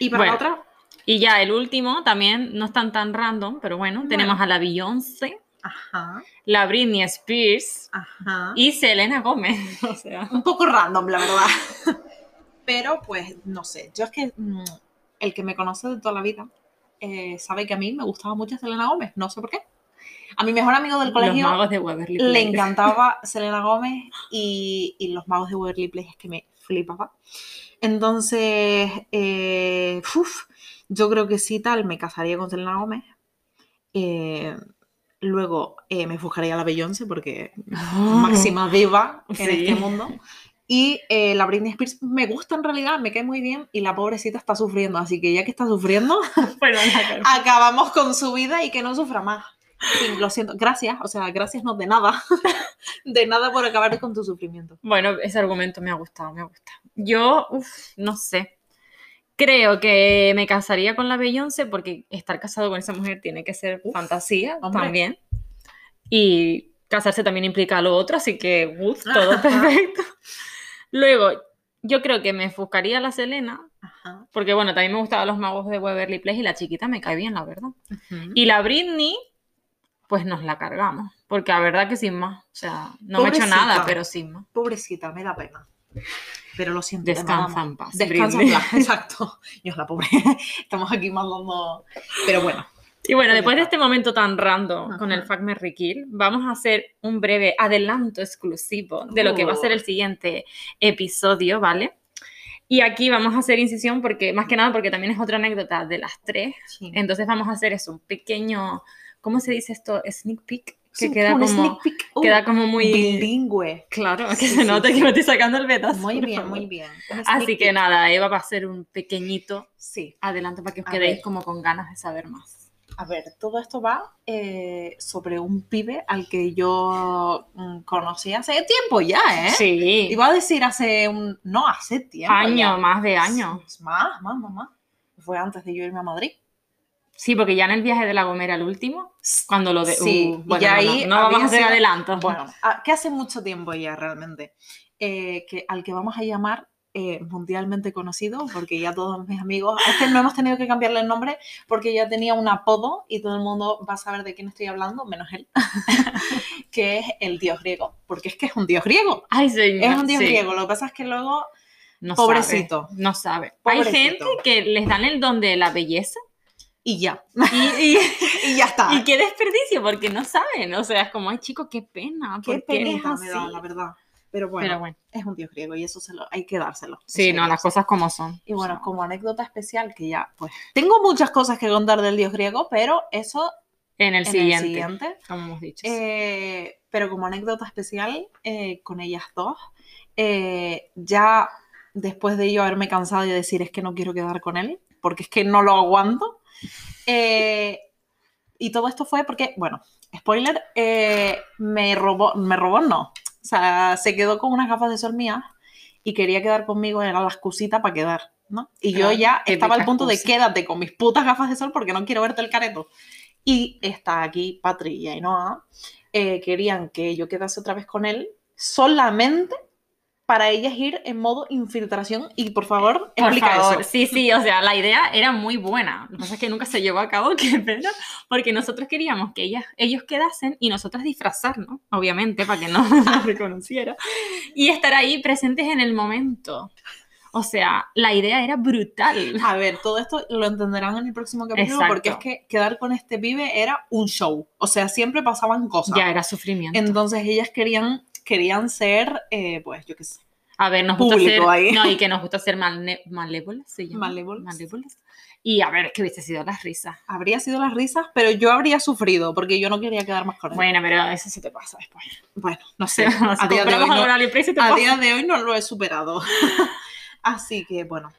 S2: Y para la
S3: Bueno.
S2: otra,
S3: Y ya el último también no están tan random, pero bueno, tenemos a la Beyoncé,
S2: ajá,
S3: la Britney Spears
S2: ajá.
S3: y Selena Gómez. O sea,
S2: Un poco random, la verdad. Pero pues no sé, yo es que mm, el que me conoce de toda la vida eh, sabe que a mí me gustaba mucho Selena Gómez, no sé por qué. A mi mejor amigo del
S3: los
S2: colegio
S3: magos de Waverly.
S2: le
S3: Place.
S2: encantaba Selena Gómez y, y los magos de Waverly Place es que me flipaba. Entonces, eh, uf, yo creo que sí tal, me casaría con Selena Gómez. Eh, luego eh, me buscaría a la Beyoncé porque máxima diva en
S3: Ah. Sí.
S2: este mundo. Y eh, la Britney Spears me gusta en realidad, me cae muy bien y la pobrecita está sufriendo. Así que ya que está sufriendo,
S3: Bueno, la cargo.
S2: acabamos con su vida y que no sufra más. Sí, lo siento, gracias, o sea, gracias no de nada, de nada por acabar con tu sufrimiento.
S3: Bueno, ese argumento me ha gustado, me ha gustado. Yo, uf, no sé. Creo que me casaría con la Beyoncé porque estar casado con esa mujer tiene que ser
S2: Uf,
S3: fantasía
S2: hombre.
S3: también. Y casarse también implica lo otro, así que uf, todo perfecto. Luego, yo creo que me buscaría a la Selena,
S2: Ajá.
S3: porque bueno, también me gustaban los magos de Waverly Place y la chiquita me cae bien, la verdad. Y la Britney, pues nos la cargamos, porque la verdad que sin más. O sea, no me he hecho nada,
S2: Pobrecita.
S3: pero sin más.
S2: Pobrecita, me da pena. Pero lo siento. te
S3: Descansa
S2: mandamos.
S3: en paz.
S2: Descansa en
S3: Britney.
S2: paz, exacto. Dios, la pobre. Estamos aquí mandando. Pero bueno.
S3: Y bueno,
S2: Pues ya
S3: después de
S2: está.
S3: este momento tan random con el
S2: Ajá.
S3: Fuck Mary Kill, vamos a hacer un breve adelanto exclusivo de lo que va a
S2: Uh.
S3: ser el siguiente episodio, ¿vale? Y aquí vamos a hacer incisión porque, más que nada, porque también es otra anécdota de las tres.
S2: sí.
S3: Entonces vamos a hacer eso, un pequeño, ¿cómo se dice esto? Sneak peek, que
S2: Sí,
S3: queda
S2: un
S3: como,
S2: sneak peek. Uh,
S3: queda como muy...
S2: bilingüe.
S3: Claro, que
S2: Sí,
S3: se
S2: sí,
S3: nota
S2: sí.
S3: que me estoy sacando el betazo.
S2: Muy
S3: por
S2: bien,
S3: favor.
S2: muy bien. Un
S3: Así
S2: sneak
S3: que
S2: peek.
S3: nada, Eva va a hacer un pequeñito
S2: Sí.
S3: adelanto para que os
S2: A
S3: quedéis
S2: ver.
S3: como con ganas de saber más.
S2: A ver, todo esto va eh, sobre un pibe al que yo mm, conocí hace tiempo ya, ¿eh?
S3: Sí.
S2: Iba a decir hace un... No, hace tiempo.
S3: Año,
S2: ya.
S3: más de año.
S2: Es Más, más, más, más. Fue antes de yo irme a Madrid.
S3: Sí, porque ya en el viaje de La Gomera, el último, cuando lo de.
S2: Sí,
S3: uh,
S2: y
S3: bueno,
S2: ya
S3: no,
S2: ahí
S3: no, no vamos
S2: había
S3: a hacer
S2: sido-
S3: adelanto.
S2: Bueno, a- que hace mucho tiempo ya realmente. eh, que, al que vamos a llamar eh, mundialmente conocido, porque ya todos mis amigos... Es que no hemos tenido que cambiarle el nombre porque ya tenía un apodo y todo el mundo va a saber de quién estoy hablando, menos él, que es el dios griego, porque es que es un dios griego.
S3: Ay, señor.
S2: Es un dios
S3: sí,
S2: griego, lo que pasa es que luego
S3: no
S2: Pobrecito.
S3: sabe, no sabe. Hay gente
S2: Pobrecito.
S3: que les dan el don de la belleza
S2: y ya,
S3: y, y,
S2: y ya está.
S3: y qué desperdicio, porque no saben. O sea, es como, ay, chico, qué pena.
S2: qué
S3: ¿por qué eres
S2: penita
S3: así?
S2: me da, la verdad. Pero bueno,
S3: Pero bueno,
S2: es un dios griego y eso se lo, hay que dárselo.
S3: sí,
S2: Eso hay
S3: no,
S2: que
S3: las cosas como son.
S2: Y
S3: O
S2: bueno,
S3: sea,
S2: como anécdota especial, que ya, pues, tengo muchas cosas que contar del dios griego, pero eso
S3: en el
S2: en
S3: siguiente,
S2: el siguiente.
S3: como hemos dicho. sí.
S2: Eh, pero como anécdota especial eh, con ellas dos, eh, ya después de yo haberme cansado y decir es que no quiero quedar con él, porque es que no lo aguanto. eh, y todo esto fue porque, bueno, spoiler, eh, me robó, me robó no. O sea, se quedó con unas gafas de sol mías y quería quedar conmigo, era la excusita para quedar, ¿no? Y yo
S3: Ah,
S2: ya
S3: típica
S2: estaba al punto de
S3: excusa.
S2: quédate con mis putas gafas de sol porque no quiero verte el careto. Y está aquí Patri y Ainhoa, eh, querían que yo quedase otra vez con él solamente para ellas ir en modo infiltración y por favor,
S3: Por
S2: explica
S3: favor,
S2: eso.
S3: sí, sí, o sea, la idea era muy buena. Lo que pasa es que nunca se llevó a cabo, qué pena, porque nosotros queríamos que ellas, ellos quedasen y nosotras disfrazarnos, obviamente, para que no nos reconociera, y estar ahí presentes en el momento. O sea, la idea era brutal.
S2: A ver, todo esto lo entenderán en el próximo capítulo porque es
S3: Exacto.
S2: que quedar con este pibe era un show, o sea, siempre pasaban cosas.
S3: Ya era sufrimiento.
S2: Entonces ellas querían, querían ser, eh, pues yo qué sé,
S3: A ver, nos gusta
S2: público
S3: ser.
S2: ahí.
S3: No, y que nos gusta ser malne- malévolas, se llama.
S2: Malévolas.
S3: Malévolas. Y a ver, es que hubiese sido las risas.
S2: habría sido las risas, pero yo habría sufrido porque yo no quería quedar más con él.
S3: Bueno, pero eso se te pasa después.
S2: Bueno, no sé,
S3: Se, se
S2: a día de hoy
S3: compramos
S2: no-
S3: algo en AliExpress y te
S2: a
S3: pasa.
S2: día de hoy no lo he superado. Así que bueno,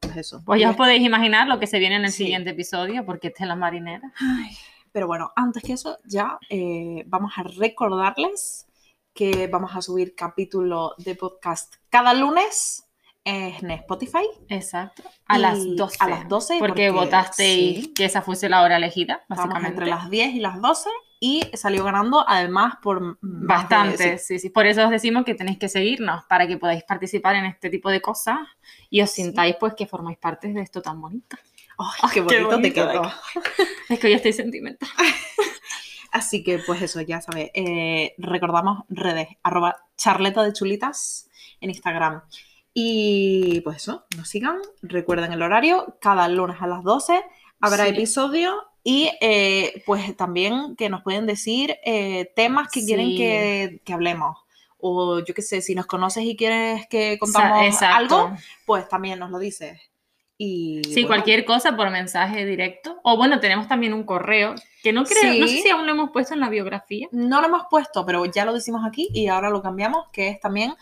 S2: pues eso.
S3: Pues ya os
S2: Y-
S3: podéis imaginar lo que se viene en el
S2: Sí.
S3: siguiente episodio, porque esta es la marinera.
S2: Ay, pero bueno, antes que eso, ya eh, vamos a recordarles que vamos a subir capítulo de podcast cada lunes en Spotify.
S3: Exacto. A
S2: Y
S3: las 12.
S2: a las 12, porque
S3: Porque, votasteis
S2: sí.
S3: que esa fuese la hora elegida,
S2: Estamos
S3: básicamente.
S2: entre las 10 y las 12 y salió ganando además por m- más de-
S3: Bastante,
S2: sí,
S3: sí, sí. Por eso os decimos que tenéis que seguirnos para que podáis participar en este tipo de cosas y os
S2: Sí.
S3: sintáis pues que formáis parte de esto tan bonito.
S2: Ay,
S3: Ay,
S2: qué
S3: Ah, qué
S2: bonito, te
S3: bonito,
S2: quedó.
S3: Beca. Es que hoy estoy sentimental.
S2: Así que pues eso, ya sabes, eh, recordamos redes, arroba charleta de chulitas en Instagram. Y pues eso, nos sigan, recuerden el horario, cada lunes a las 12 habrá
S3: Sí.
S2: episodio y eh, pues también que nos pueden decir eh, temas que quieren
S3: Sí.
S2: que, que hablemos. O yo qué sé, si nos conoces y quieres que contamos
S3: Sa- exacto.
S2: algo, pues también nos lo dices. Y
S3: Sí,
S2: bueno,
S3: cualquier cosa por mensaje directo. O bueno, tenemos también un correo que no creo, no sé
S2: Sí.
S3: si aún lo hemos puesto en la biografía.
S2: no lo hemos puesto, pero ya lo decimos aquí y ahora lo cambiamos, que es también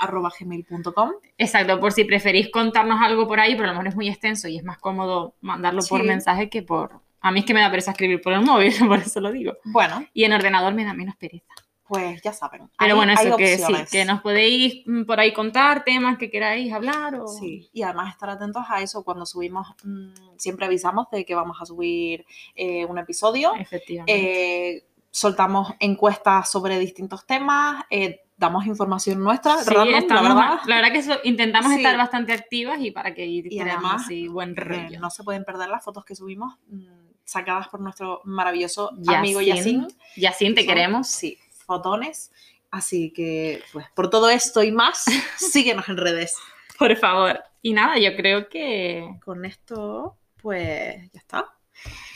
S2: charletadechulitas.com.
S3: Exacto, por si preferís contarnos algo por ahí, pero a lo mejor es muy extenso y es más cómodo mandarlo por
S2: Sí.
S3: mensaje que por... A mí es que me da pereza escribir por el móvil, por eso lo digo.
S2: Bueno,
S3: Y en ordenador me da menos pereza.
S2: pues ya saben.
S3: Pero
S2: hay-
S3: bueno,
S2: hay
S3: eso que sí,
S2: opciones.
S3: que nos podéis mm, por ahí contar temas que queráis hablar o...
S2: Sí, y además estar atentos a eso cuando subimos, mm, siempre avisamos de que vamos a subir eh, un episodio,
S3: Efectivamente.
S2: eh, soltamos encuestas sobre distintos temas, eh, damos información nuestra,
S3: Sí,
S2: random, la
S3: estamos-
S2: verdad. Eh,
S3: que eso- intentamos
S2: Sí.
S3: estar bastante activas y para que ir
S2: Y
S3: creando
S2: además,
S3: así buen
S2: porque
S3: rollo.
S2: no se pueden perder las fotos que subimos mm, sacadas por nuestro maravilloso amigo
S3: Yacine,
S2: Yacine.
S3: Yacine, te
S2: Son-
S3: queremos.
S2: Sí, fotones. Así que, pues, por todo esto y más, síguenos en redes.
S3: Por favor. Y nada, yo creo que...
S2: Con esto, pues, ya está.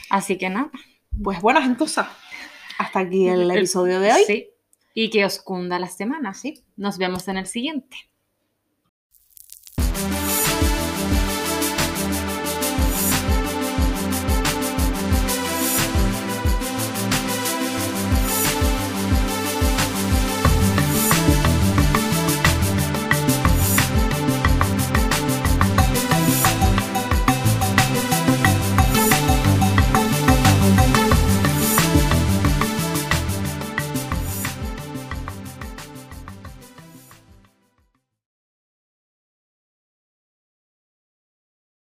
S3: Así que nada.
S2: Pues, buenas entonces. Hasta aquí el
S3: El-
S2: episodio de hoy.
S3: Sí. Y que os cunda la semana, ¿sí? Nos vemos en el siguiente.